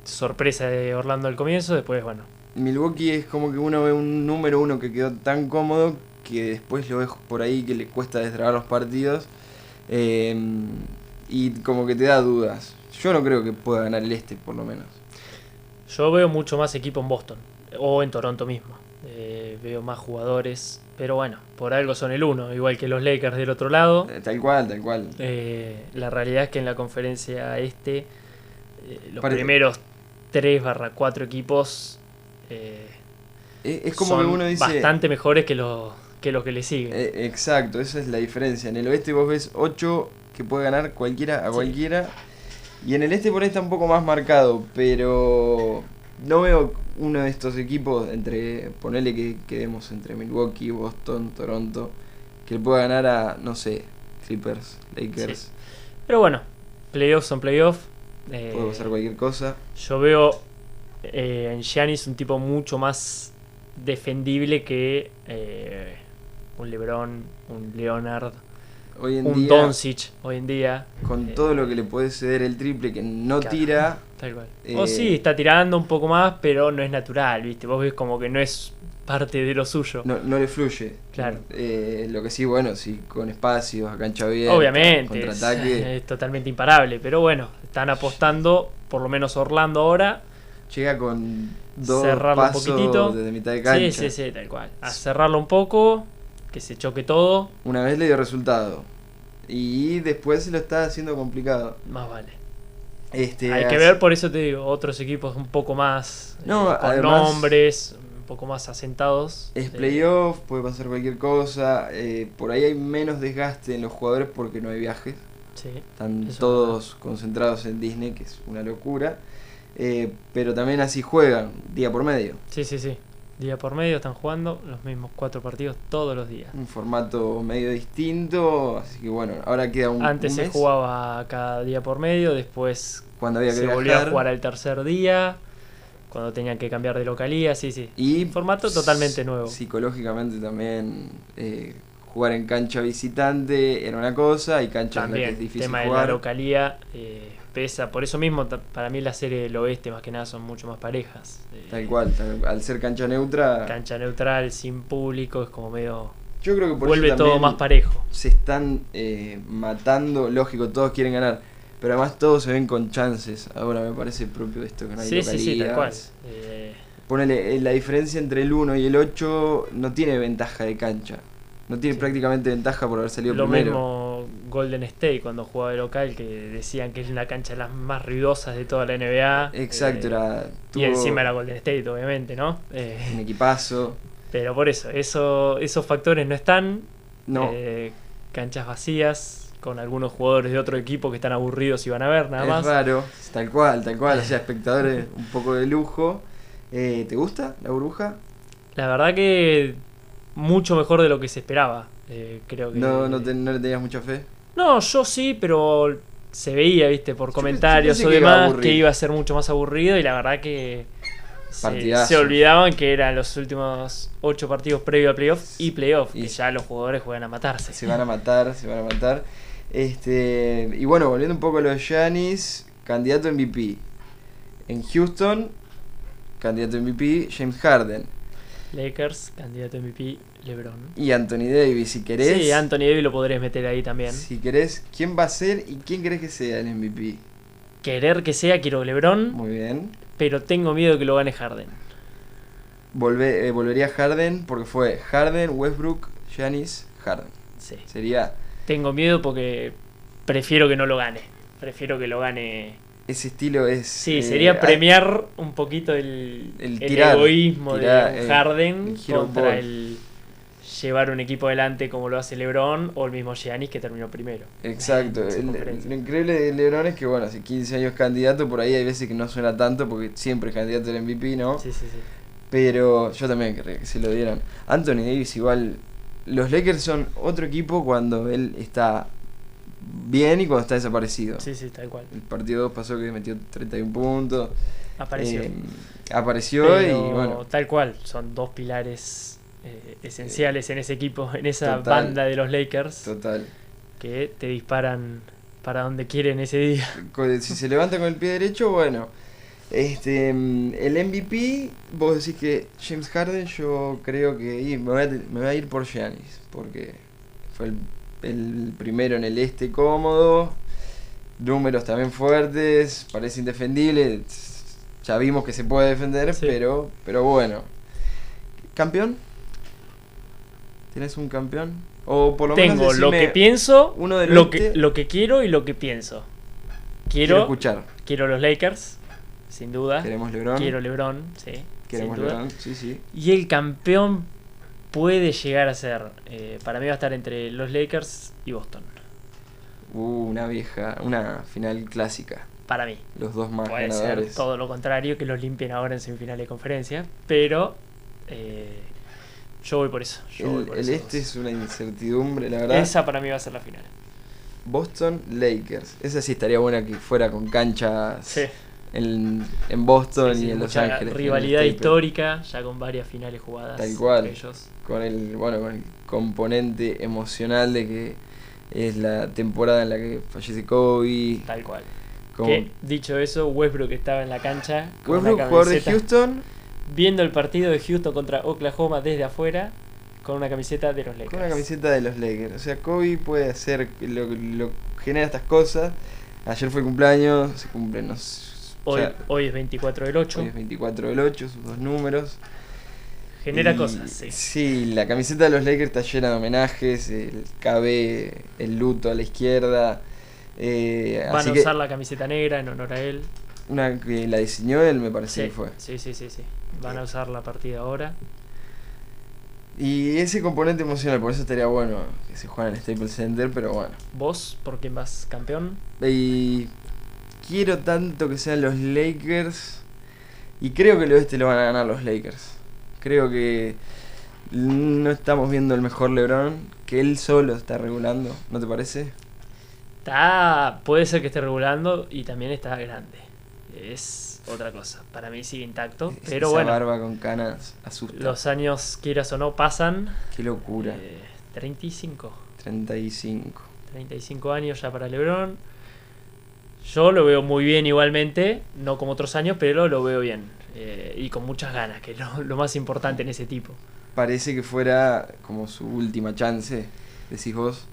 S4: sorpresa de Orlando al comienzo, después, bueno.
S3: Milwaukee es como que uno ve un número uno que quedó tan cómodo que después lo ves por ahí que le cuesta destrabar los partidos eh, y como que te da dudas. Yo no creo que pueda ganar el este, por lo menos.
S4: Yo veo mucho más equipo en Boston o en Toronto mismo. Eh, veo más jugadores, pero bueno, por algo son el uno, igual que los Lakers del otro lado.
S3: Eh, Tal cual, tal cual.
S4: Eh, la realidad es que en la conferencia este, eh, los
S3: Parece-
S4: primeros 3 barra 4 equipos eh,
S3: Es, es como
S4: son
S3: que uno dice...
S4: bastante mejores que los que, los que le siguen.
S3: Eh, exacto, esa es la diferencia. En el oeste vos ves 8 que puede ganar cualquiera a
S4: Sí.
S3: cualquiera. Y en el este por ahí está un poco más marcado, pero no veo uno de estos equipos, entre ponele que quedemos entre Milwaukee, Boston, Toronto, que le pueda ganar a, no sé, Clippers, Lakers,
S4: Sí. Pero bueno, playoffs son playoffs. Eh,
S3: puede pasar cualquier cosa.
S4: Yo veo eh, en Giannis un tipo mucho más defendible que eh, un LeBron, un Leonard,
S3: Hoy en
S4: un
S3: día,
S4: Doncic hoy en día.
S3: con
S4: eh,
S3: todo lo que le puede ceder el triple que no
S4: claro.
S3: tira,
S4: Tal cual.
S3: Eh,
S4: o sí, está tirando un poco más, pero no es natural, ¿viste? Vos ves como que no es parte de lo suyo.
S3: No, no le fluye.
S4: Claro.
S3: Eh, lo que sí, bueno, sí, con espacios, a cancha abierta,
S4: Obviamente, es, eh,
S3: contraataque.
S4: es totalmente imparable, pero bueno, están apostando, por lo menos Orlando ahora,
S3: Llega con dos
S4: cerrarlo un
S3: pasos
S4: poquitito.
S3: desde mitad de cancha.
S4: Sí, sí, sí, tal cual. A cerrarlo un poco, que se choque todo,
S3: Una vez le dio resultado. Y después se lo está haciendo complicado.
S4: más vale.
S3: Este,
S4: Hay
S3: así-
S4: que ver, por eso te digo, otros equipos un poco más eh,
S3: No,
S4: con
S3: además-
S4: nombres, un poco más asentados.
S3: Es
S4: Eh,
S3: playoff, puede pasar cualquier cosa. eh, por ahí hay menos desgaste en los jugadores porque no hay viajes.
S4: sí.
S3: Están
S4: Eso es
S3: todos concentrados en Disney, que es una locura. Eh, pero también así juegan, día por medio.
S4: sí, sí, sí. Día por medio están jugando los mismos cuatro partidos todos los días.
S3: Un formato medio distinto. Así que bueno, ahora queda un.
S4: Antes
S3: un
S4: se
S3: mes,
S4: jugaba cada día por medio, después
S3: Cuando había que
S4: se volvió a
S3: viajar,
S4: jugar al tercer día, cuando tenían que cambiar de localía, sí, sí.
S3: Y
S4: Formato totalmente nuevo.
S3: Psicológicamente también. eh, jugar en cancha visitante era una cosa y cancha en la que
S4: También,
S3: es
S4: el
S3: difícil
S4: tema de
S3: jugar.
S4: la localía eh, pesa. Por eso mismo, ta- para mí las series del oeste más que nada son mucho más parejas. Eh,
S3: Tal cual, tal- al ser cancha neutra.
S4: Cancha neutral, sin público, es como medio...
S3: Yo creo que por
S4: vuelve
S3: eso
S4: todo
S3: también
S4: más parejo.
S3: Se están eh, matando, lógico, todos quieren ganar. Pero además todos se ven con chances. Ahora me parece propio de esto que no hay
S4: Sí, sí, sí, tal cual.
S3: localías.
S4: Eh,
S3: Ponele, eh, la diferencia entre el 1 y el 8 no tiene ventaja de cancha. No tiene
S4: Sí.
S3: prácticamente ventaja por haber salido
S4: lo
S3: primero.
S4: mismo Golden State cuando jugaba de local, que decían que es una cancha de las más ruidosas de toda la NBA.
S3: Exacto,
S4: eh,
S3: era tuvo
S4: Y encima era Golden State, obviamente, ¿no? Eh,
S3: un equipazo.
S4: pero por eso, eso, esos factores no están.
S3: No,
S4: Eh, canchas vacías, con algunos jugadores de otro equipo que están aburridos y van a ver nada
S3: es
S4: más.
S3: raro. Tal cual, tal cual. O sea, espectadores un poco de lujo. Eh, ¿Te gusta la burbuja?
S4: La verdad que mucho mejor de lo que se esperaba. Eh, creo que.
S3: No, no, te- no le tenías mucha fe.
S4: No, yo sí, pero se veía, viste, por
S3: Yo
S4: comentarios
S3: pensé
S4: o
S3: que iba a
S4: demás,
S3: aburrir.
S4: que iba a ser mucho más aburrido y la verdad que se,
S3: Partidazo.
S4: se olvidaban que eran los últimos ocho partidos previo a playoff y playoff,
S3: Y-
S4: que ya los jugadores juegan a matarse.
S3: Se van a matar, se van a matar. Este, y bueno, volviendo un poco a los Giannis, candidato MVP. En Houston, candidato MVP, James Harden.
S4: Lakers, candidato MVP, LeBron.
S3: Y Anthony Davis, si querés.
S4: Sí, Anthony Davis lo podrías meter ahí también.
S3: Si querés, ¿quién va a ser y quién crees que sea el MVP?
S4: Querer que sea, quiero LeBron,
S3: Muy bien.
S4: pero tengo miedo de que lo gane Harden.
S3: Volve- eh, volvería Harden porque fue Harden, Westbrook, Giannis, Harden.
S4: Sí.
S3: Sería
S4: Tengo miedo porque prefiero que no lo gane. Prefiero que lo gane
S3: ese estilo es
S4: Sí,
S3: eh,
S4: sería
S3: ah,
S4: premiar un poquito el,
S3: El
S4: el
S3: tirar,
S4: egoísmo
S3: tirar,
S4: de
S3: el-
S4: un Harden
S3: el hero
S4: contra
S3: ball.
S4: el llevar un equipo adelante como lo hace LeBron o el mismo Giannis que terminó primero.
S3: Exacto.
S4: en su
S3: El-
S4: conferencia.
S3: lo increíble de LeBron es que, bueno, hace 15 años candidato, por ahí hay veces que no suena tanto porque siempre es candidato al MVP, ¿no?
S4: Sí, sí, sí.
S3: Pero yo también querría que se lo dieran. Anthony Davis igual. Los Lakers son otro equipo cuando él está bien y cuando está desaparecido.
S4: Sí, sí, tal cual.
S3: El partido 2 pasó que metió 31 puntos.
S4: Apareció.
S3: eh, apareció
S4: Pero
S3: y bueno.
S4: tal cual, son dos pilares eh, esenciales en ese equipo, en esa
S3: total.
S4: banda de los Lakers
S3: Total.
S4: que te disparan para donde quieren ese día.
S3: Con- Si se levanta con el pie derecho, bueno. Este, mm, el MVP, vos decís que James Harden, yo creo que y me, voy a, te- me voy a ir por Giannis, porque fue el, el primero en el este cómodo, números también fuertes, parece indefendible, tss, ya vimos que se puede defender,
S4: Sí.
S3: pero, pero bueno. ¿Campeón? ¿Tienes un campeón? O por lo
S4: Tengo
S3: menos
S4: lo
S3: decime
S4: que pienso,
S3: uno del
S4: lo,
S3: oeste.
S4: que, lo que quiero y lo que pienso.
S3: Quiero
S4: Quiero,
S3: escuchar.
S4: Quiero los Lakers, sin duda.
S3: Queremos LeBron.
S4: Quiero LeBron, sí.
S3: Queremos
S4: sin duda.
S3: LeBron, sí, sí.
S4: Y el campeón puede llegar a ser. eh, para mí va a estar entre los Lakers y Boston.
S3: Uh, una vieja, una final clásica.
S4: Para mí.
S3: Los dos más
S4: Puede ser
S3: ganadores.
S4: todo lo contrario, que los limpien ahora en semifinal de conferencia. Pero eh, yo voy por eso. yo voy
S3: El,
S4: por
S3: el
S4: esos
S3: este
S4: dos.
S3: es una incertidumbre, la verdad.
S4: Esa para mí va a ser la final.
S3: Boston Lakers. Esa sí estaría buena que fuera con canchas
S4: Sí.
S3: en, en Boston
S4: sí, sí,
S3: y en Los
S4: mucha
S3: Ángeles. en el
S4: Rivalidad
S3: Staples.
S4: histórica, ya con varias finales jugadas.
S3: Tal cual.
S4: entre ellos.
S3: Con el, bueno, con el componente emocional de que es la temporada en la que fallece Kobe.
S4: Tal cual.
S3: Como
S4: Que, dicho eso, Westbrook estaba en la cancha. con una
S3: Westbrook, jugador de
S4: camiseta
S3: Houston,
S4: viendo el partido de Houston contra Oklahoma desde afuera con una camiseta de los Lakers.
S3: Con una camiseta de los Lakers. O sea, Kobe puede hacer, lo, lo- genera estas cosas. Ayer fue el cumpleaños, se cumplen, no sé, o
S4: Hoy,
S3: sea,
S4: hoy es 24 del 8.
S3: hoy es 24 del 8, sus dos números.
S4: Genera
S3: Y-
S4: cosas, sí.
S3: Sí, la camiseta de los Lakers está llena de homenajes, el KB, el luto a la izquierda. eh,
S4: Van
S3: así
S4: a
S3: que
S4: usar la camiseta negra en honor a él.
S3: una que la diseñó él, me parece
S4: Sí,
S3: que fue.
S4: sí, sí, sí, sí. Van a usar la partida ahora.
S3: Y ese componente emocional, por eso estaría bueno que se juegue en el Staples Center, pero bueno.
S4: Vos, por quién vas campeón.
S3: Y quiero tanto que sean los Lakers. Y creo que el oeste lo van a ganar los Lakers. Creo que no estamos viendo el mejor LeBron, que él solo está regulando, ¿no te parece?
S4: Está, puede ser que esté regulando y también está grande. Es otra cosa. Para mí sigue intacto. Pero
S3: Esa
S4: bueno,
S3: barba con canas asusta.
S4: los años, quieras o no, pasan.
S3: Qué locura.
S4: Eh, 35.
S3: 35.
S4: 35 años ya para LeBron. Yo lo veo muy bien igualmente, no como otros años, pero lo veo bien. Eh, y con muchas ganas, que es lo, lo más importante en ese tipo.
S3: Parece que fuera como su última chance, decís vos.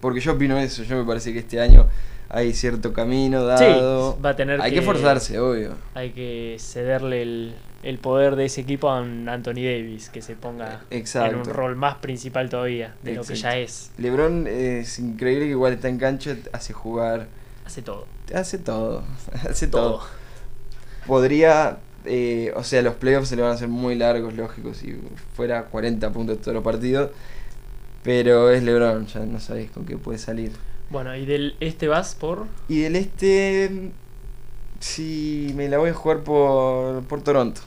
S3: Porque yo opino eso, yo me parece que este año hay cierto camino dado.
S4: va a tener
S3: hay que
S4: que-
S3: esforzarse, obvio.
S4: Hay que cederle el, el poder de ese equipo a un Anthony Davis, que se ponga en un
S3: Exacto.
S4: rol más principal todavía de lo que
S3: Exacto.
S4: ya es.
S3: Lebron eh, es increíble que igual está en cancha, hace jugar,
S4: Hace todo.
S3: hace todo, hace todo.
S4: Todo.
S3: Podría, eh, o sea, los playoffs se le van a hacer muy largos, lógicos, si fuera 40 puntos todos los partidos, pero es Lebron, ya no sabéis con qué puede salir.
S4: Bueno, y del este vas por.
S3: Y del este, si me la voy a jugar por, por Toronto.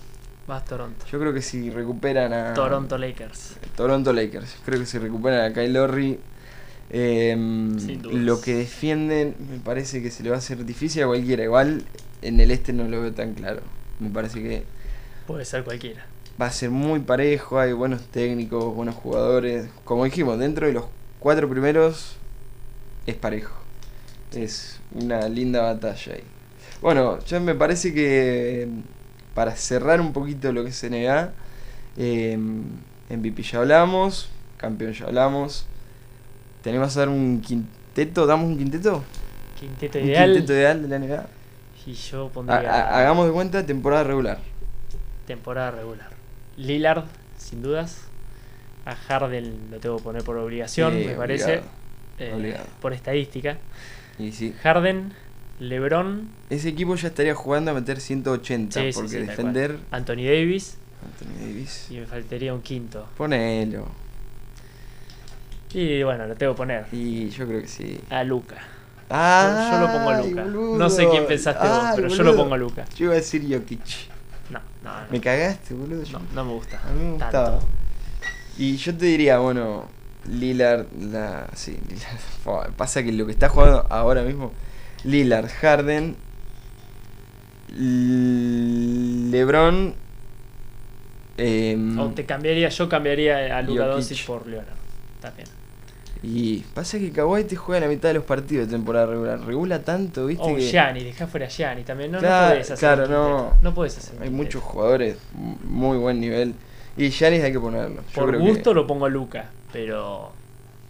S4: Vas Toronto.
S3: Yo creo que si recuperan a...
S4: Toronto Lakers.
S3: Toronto Lakers. Creo que si recuperan a Kyle Lowry, em,
S4: Sin dudas.
S3: lo que defienden me parece que se le va a hacer difícil a cualquiera. Igual en el este no lo veo tan claro. Me parece que
S4: Puede ser cualquiera.
S3: va a ser muy parejo, hay buenos técnicos, buenos jugadores. Como dijimos, dentro de los cuatro primeros es parejo. Es una linda batalla ahí. Bueno, ya me parece que em, para cerrar un poquito lo que es NBA, em, MVP ya hablamos, campeón ya hablamos. ¿Tenemos a dar un quinteto? ¿Damos un quinteto?
S4: Quinteto
S3: ¿Un
S4: ideal.
S3: quinteto ideal de la NBA?
S4: Y yo
S3: Ha-
S4: pondría.
S3: ha- hagamos de cuenta temporada regular.
S4: temporada regular. Lillard, sin dudas. A Harden lo tengo que poner por obligación,
S3: Eh,
S4: me parece.
S3: obligado.
S4: Eh,
S3: obligado.
S4: Por estadística.
S3: Y sí.
S4: Harden, LeBron,
S3: Ese equipo ya estaría jugando a meter 180
S4: Sí, sí,
S3: porque
S4: sí, tal
S3: defender
S4: Anthony Davis
S3: Anthony Davis.
S4: y me faltaría un quinto.
S3: Ponelo.
S4: Y bueno, lo tengo que poner.
S3: Y yo creo que sí.
S4: A Luca.
S3: Ah,
S4: yo lo pongo a Luca. No sé quién pensaste vos, pero yo lo pongo a Luca.
S3: Yo iba a decir Jokic.
S4: No, no, no.
S3: Me cagaste, boludo. yo-
S4: No, no me gusta.
S3: A mí me
S4: tanto.
S3: gustaba. Y yo te diría, bueno, Lillard, la. Sí, Lillard. Fua, Pasa que lo que está jugando ahora mismo, Lillard, Harden, L- LeBron. em,
S4: O te cambiaría, yo cambiaría a Luca
S3: Jokic.
S4: Doncic por Leonard. También.
S3: Y pasa que Kawhi te juega la mitad de los partidos de temporada regular. Regula tanto, viste.
S4: O un
S3: que
S4: Gianni, dejá fuera a Gianni también. No,
S3: Claro,
S4: no podés hacer.
S3: claro,
S4: un
S3: no.
S4: quinteto. No podés hacer. un
S3: Hay
S4: quinteto.
S3: muchos jugadores, m- muy buen nivel. Y Giannis hay que ponerlo. Yo
S4: Por
S3: creo
S4: gusto
S3: que
S4: lo pongo a Luca, pero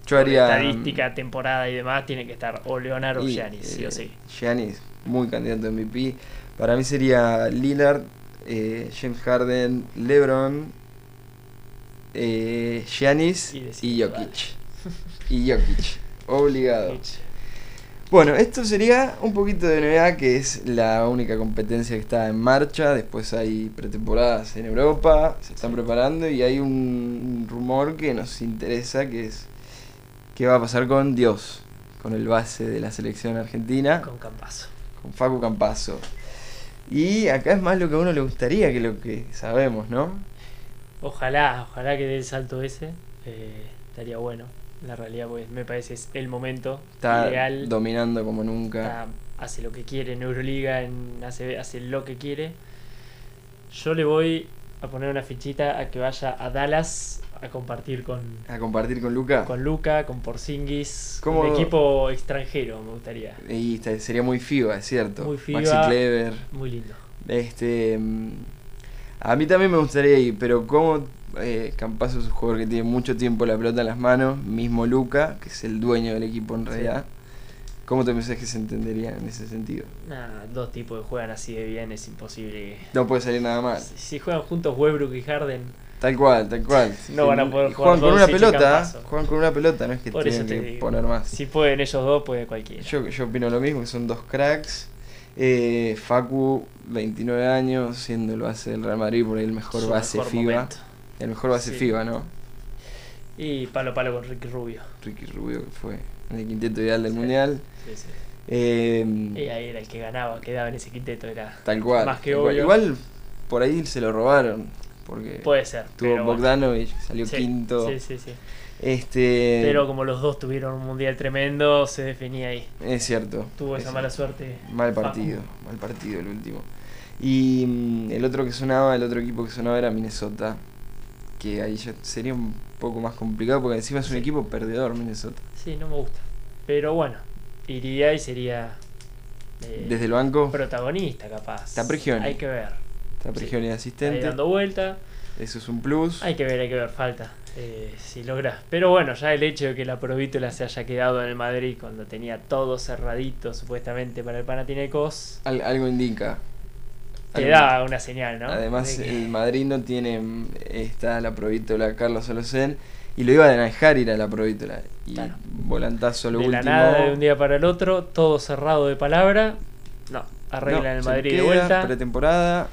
S3: yo
S4: por
S3: haría, mm,
S4: estadística, temporada y demás tiene que estar o Leonardo o
S3: y,
S4: Giannis, sí
S3: eh,
S4: o sí.
S3: Giannis, muy candidato a MVP. Para mí sería Lillard, eh, James Harden, LeBron, eh, Giannis
S4: Y
S3: y,
S4: decir,
S3: Jokic. y Jokic. Obligado.
S4: Mitch.
S3: Bueno, esto sería un poquito de NBA, que es la única competencia que está en marcha. Después hay pretemporadas en Europa, se están preparando y hay un rumor que nos interesa, que es qué va a pasar con Dios, con el base de la selección argentina,
S4: Con Campazo.
S3: con Facu Campazo. Y acá es más lo que a uno le gustaría que lo que sabemos, ¿no?
S4: Ojalá, ojalá que dé el salto ese. eh, estaría bueno. La realidad, pues, me parece es el momento
S3: Está
S4: ideal.
S3: dominando como nunca.
S4: Está- hace lo que quiere en Euroliga, en ACB, hace lo que quiere. Yo le voy a poner una fichita a que vaya a Dallas a compartir con,
S3: A compartir con Luca.
S4: con Luca, con Porzingis, con
S3: ¿Cómo-
S4: un equipo extranjero, me gustaría.
S3: Y está- sería muy FIBA, es cierto.
S4: Muy
S3: Maxi
S4: FIBA.
S3: Clever.
S4: Muy lindo.
S3: Este. mm, A mí también me gustaría ir, pero como eh, Campazo es un jugador que tiene mucho tiempo la pelota en las manos, mismo Luca, que es el dueño del equipo en realidad, ¿cómo te pensás que se entendería en ese sentido?
S4: Nah, dos tipos que juegan así de bien es imposible. que-
S3: No puede salir nada mal.
S4: Si, si juegan juntos Westbrook y Harden,
S3: Tal cual, tal cual.
S4: No van a poder
S3: Y
S4: jugar
S3: Juegan con
S4: Doncic
S3: una
S4: y
S3: pelota,
S4: Campazo.
S3: juegan con una pelota, no es que
S4: por eso
S3: tienen
S4: te
S3: que
S4: digo,
S3: poner más.
S4: Si pueden ellos dos, puede cualquiera.
S3: Yo, yo opino lo mismo, que son dos cracks. Eh, Facu, 29 años, siendo el base del Real Madrid, por ahí el mejor
S4: Su
S3: base
S4: mejor
S3: FIBA.
S4: momento.
S3: El mejor base
S4: Sí.
S3: FIBA, ¿no?
S4: Y palo a palo con Ricky Rubio.
S3: Ricky Rubio, que fue en el quinteto ideal del Mundial.
S4: Sí, sí.
S3: Eh,
S4: Y ahí era el que ganaba, quedaba en ese quinteto. Era...
S3: Tal cual.
S4: Más que
S3: Tal cual.
S4: obvio.
S3: Igual por ahí se lo robaron. Porque
S4: Puede ser.
S3: tuvo
S4: pero bueno.
S3: Bogdanovich, salió
S4: Sí,
S3: quinto.
S4: Sí, sí, sí.
S3: Este.
S4: Pero como los dos tuvieron un mundial tremendo, se definía ahí.
S3: Es cierto.
S4: Tuvo
S3: es
S4: esa
S3: cierto.
S4: mala suerte.
S3: Mal
S4: Facu.
S3: partido. Mal partido el último. Y mm, el otro que sonaba, el otro equipo que sonaba era Minnesota. Que ahí ya sería un poco más complicado porque encima es un
S4: Sí.
S3: equipo perdedor Minnesota.
S4: Sí, no me gusta. Pero bueno, iría y sería. eh,
S3: Desde el banco,
S4: protagonista, capaz.
S3: Está Prigioni.
S4: Hay que ver.
S3: está Prigioni de
S4: Ahí
S3: asistente.
S4: dando vuelta.
S3: Eso es un plus.
S4: Hay que ver, hay que ver, falta. eh, si logra. Pero bueno, ya el hecho de que la provítola se haya quedado en el Madrid cuando tenía todo cerradito supuestamente para el Panathinaikos,
S3: Al- algo indica.
S4: te
S3: Algo-
S4: da una señal, ¿no?
S3: Además,
S4: De que-
S3: el Madrid no tiene. mm, Está la provítola Carlos Alocen. Y lo iban a dejar ir a la provítola. Y
S4: Claro.
S3: volantazo
S4: de
S3: lo
S4: la
S3: último.
S4: nada de un día para el otro, todo cerrado de palabra. No, arreglan
S3: No,
S4: el
S3: se
S4: Madrid de
S3: queda,
S4: vuelta.
S3: Pretemporada.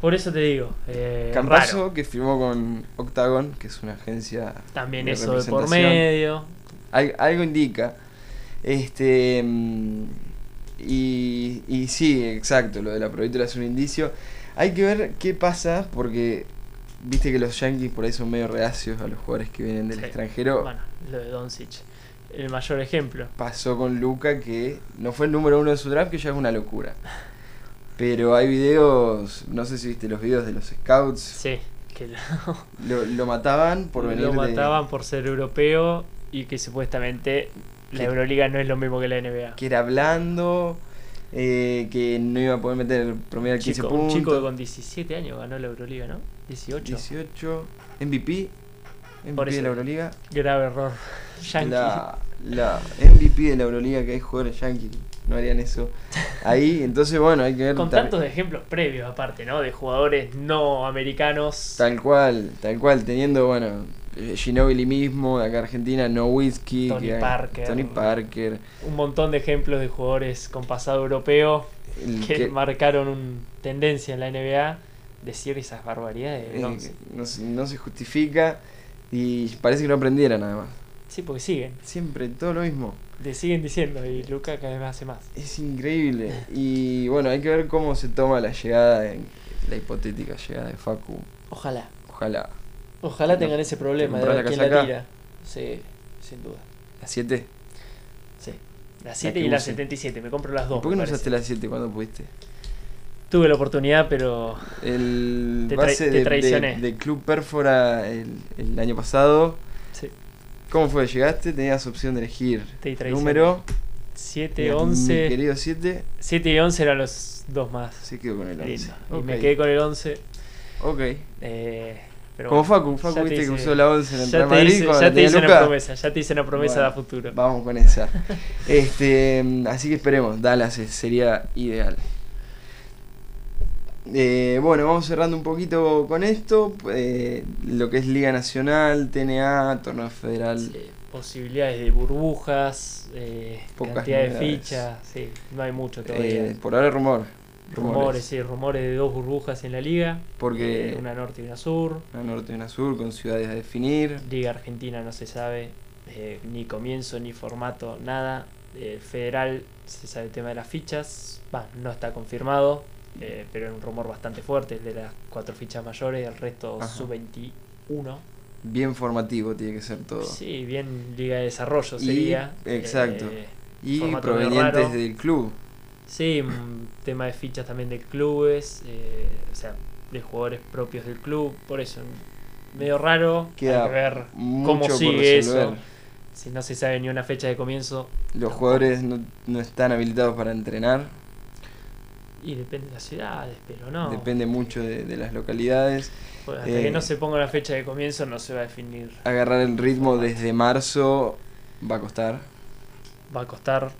S4: Por eso te digo, eh,
S3: Campazo,
S4: raro.
S3: que firmó con Octagon, que es una agencia.
S4: También
S3: de
S4: eso de por
S3: representación.
S4: medio.
S3: Al- algo indica. Este. mm, Y, y sí, exacto, lo de la provítola es un indicio. Hay que ver qué pasa, porque viste que los yankees por ahí son medio reacios a los jugadores que vienen del
S4: Sí.
S3: extranjero.
S4: Bueno, lo de Doncic, el mayor ejemplo.
S3: Pasó con Luca, que no fue el número uno de su draft, que ya es una locura. Pero hay videos, no sé si viste los videos de los scouts,
S4: Sí, que lo,
S3: lo, lo mataban por venir
S4: lo
S3: de-
S4: mataban por ser europeo y que supuestamente la
S3: Que-
S4: Euroliga no es lo mismo que la NBA.
S3: que era blando, eh, que no iba a poder meter promedio al 15
S4: Chico, un
S3: puntos.
S4: chico que con 17 años ganó la Euroliga, ¿no? 18.
S3: 18, MVP,
S4: Por
S3: MVP
S4: eso.
S3: de la Euroliga.
S4: Grave error. Yankee.
S3: La, la MVP de la Euroliga, que hay jugadores yankees, no harían eso. Ahí, entonces, bueno, hay que ver.
S4: Con
S3: tal-
S4: tantos ejemplos previos aparte, ¿no? De jugadores no americanos.
S3: Tal cual, tal cual, teniendo, bueno, eh, Ginobili mismo, de acá Argentina, No Whiskey,
S4: Tony
S3: que hay-
S4: Parker.
S3: Tony Parker,
S4: Un montón de ejemplos de jugadores con pasado europeo
S3: el
S4: que
S3: Mm, que-
S4: marcaron una tendencia en la NBA. Decir esas barbaridades.
S3: eh,
S4: ¿no?
S3: no, se- no se justifica y parece que no aprendieran nada más.
S4: Sí, porque siguen.
S3: Siempre todo lo mismo.
S4: Le siguen diciendo
S3: Eh.
S4: y Luca cada vez hace más.
S3: Es increíble. Y bueno, hay que ver cómo se toma la llegada, de- la hipotética llegada de Facu.
S6: Ojalá.
S3: Ojalá.
S6: Ojalá
S3: No,
S6: tengan ese problema de ver
S3: comprar la
S6: quién
S3: casaca.
S6: la tira. Sí, sin duda.
S3: ¿La 7?
S6: Sí.
S4: La 7
S3: que
S4: y la
S3: use.
S4: 77, me compro las dos.
S3: ¿Por qué
S4: me
S3: no
S4: parece.
S3: usaste la 7 cuando pudiste?
S4: Tuve la oportunidad, pero
S3: El
S4: Te trai-
S3: base
S4: te
S3: de,
S4: traicioné.
S3: de- de Club Perfora el, el año pasado.
S4: Sí.
S3: ¿Cómo fue? ¿Llegaste? Tenías opción de elegir
S4: Te traicioné.
S3: número.
S4: 7,
S3: Mi
S4: 11.
S3: querido 7
S4: 7 y 11 eran los dos más.
S3: se quedó con el 11.
S4: lindos.
S3: Ok.
S4: Y me quedé con el 11.
S3: ok.
S4: Eh, pero
S3: Como
S4: bueno,
S3: Facu, Facu
S4: ya te
S3: viste que
S4: hice-
S3: usó la 11 en el
S4: Ya
S3: Real
S4: te
S3: Madrid
S4: hice,
S3: cuando
S4: ya te
S3: tenía
S4: hice una
S3: Luca.
S4: promesa, ya te hice una promesa
S3: Bueno,
S4: a futuro.
S3: Vamos con esa. este, mm, así que esperemos, Dallas es- sería ideal. Eh, bueno, vamos cerrando un poquito con esto. eh, lo que es Liga Nacional, TNA, Torneo Federal.
S4: Sí, Posibilidades de burbujas, eh,
S3: Pocas
S4: cantidad de
S3: novedades.
S4: fichas. Sí, no hay mucho todavía.
S3: Eh, por ahora rumor.
S4: rumores.
S3: Rumores.
S4: sí, rumores de dos burbujas en la liga.
S3: Porque
S4: eh, una norte y una sur.
S3: una norte y una sur con ciudades a definir.
S4: Liga Argentina no se sabe, eh, ni comienzo, ni formato, nada. Eh, federal se sabe el tema de las fichas, va, no está confirmado, eh, pero es un rumor bastante fuerte, el de las cuatro fichas mayores, el resto
S3: Ajá.
S4: sub-21.
S3: Bien formativo tiene que ser todo.
S4: Sí, bien Liga de Desarrollo
S3: Y-
S4: sería.
S3: exacto.
S4: Eh,
S3: Y
S4: formato medio
S3: provenientes
S4: raro.
S3: del club.
S4: sí, un tema de fichas también de clubes, eh, o sea, de jugadores propios del club, por eso medio raro,
S3: Queda
S4: hay que ver
S3: Mucho
S4: cómo
S3: por
S4: sigue eso.
S3: resolver.
S4: Si no se sabe ni una fecha de comienzo,
S3: Los jugadores no, no están habilitados para entrenar.
S4: Y depende de las ciudades, pero no.
S3: Depende mucho de, de las localidades.
S4: Pues hasta
S3: eh,
S4: que no se ponga la fecha de comienzo no se va a definir.
S3: Agarrar el ritmo desde marzo va a costar.
S4: Va a costar,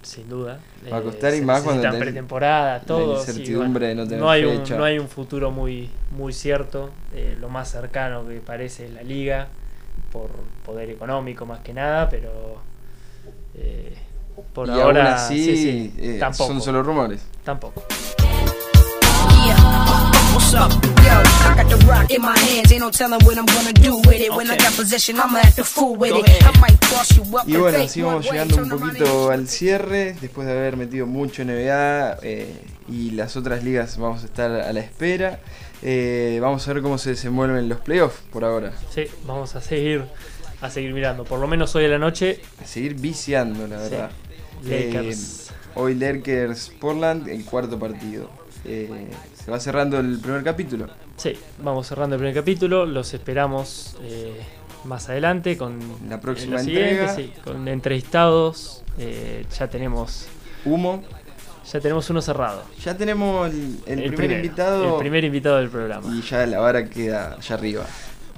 S4: sin duda. eh,
S3: Va a costar y
S4: se
S3: más cuando
S4: necesitan
S3: tenés
S4: pretemporada, todo. sí,
S3: incertidumbre de no tener
S4: hay un-
S3: fecha.
S4: no hay un futuro muy, muy cierto. eh, lo más cercano que parece es la liga, por poder económico más que nada, pero. eh, por
S3: y
S4: ahora.
S3: aún así
S4: sí, sí,
S3: eh,
S4: tampoco.
S3: son solo rumores.
S4: Tampoco.
S5: What's up? Yo, I got the rock in my hands. Ain't no telling what I'm gonna do with it. When I got possession, I'ma act a fool with
S2: Go
S5: it.
S2: ahead.
S5: I might cross you up
S3: Y
S5: and
S3: bueno,
S5: fake
S3: así
S5: one
S3: vamos
S5: way,
S3: llegando un
S5: turn around and
S3: poquito al cierre, después de haber metido mucho NBA eh, y las otras ligas vamos a estar a la espera. Eh, vamos a ver cómo se desenvuelven los playoffs por ahora.
S4: Sí, vamos a seguir a seguir mirando. Por lo menos hoy de la noche,
S3: A seguir viciando, la
S4: Sí.
S3: verdad.
S4: Lakers.
S3: Eh, hoy Lakers Portland, el cuarto partido. Eh, se va cerrando el primer capítulo.
S4: Sí, vamos cerrando el primer capítulo. Los esperamos eh, más adelante con
S3: La próxima
S4: en lo siguiente,
S3: entrega.
S4: sí, con entrevistados. Eh, ya tenemos
S3: Humo.
S4: ya tenemos uno cerrado.
S3: Ya tenemos el, el primer
S4: primero,
S3: invitado
S4: El primer invitado del programa.
S3: y ya la vara queda allá arriba.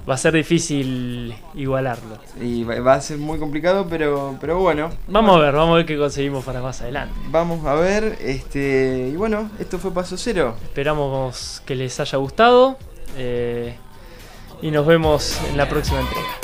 S4: Va a ser difícil igualarlo.
S3: Y va- va a ser muy complicado, pero, pero bueno.
S4: Vamos a ver, vamos a ver qué conseguimos para más adelante.
S3: Vamos a ver, este. Y bueno, esto fue Paso Cero.
S4: Esperamos que les haya gustado eh, y nos vemos en la próxima entrega.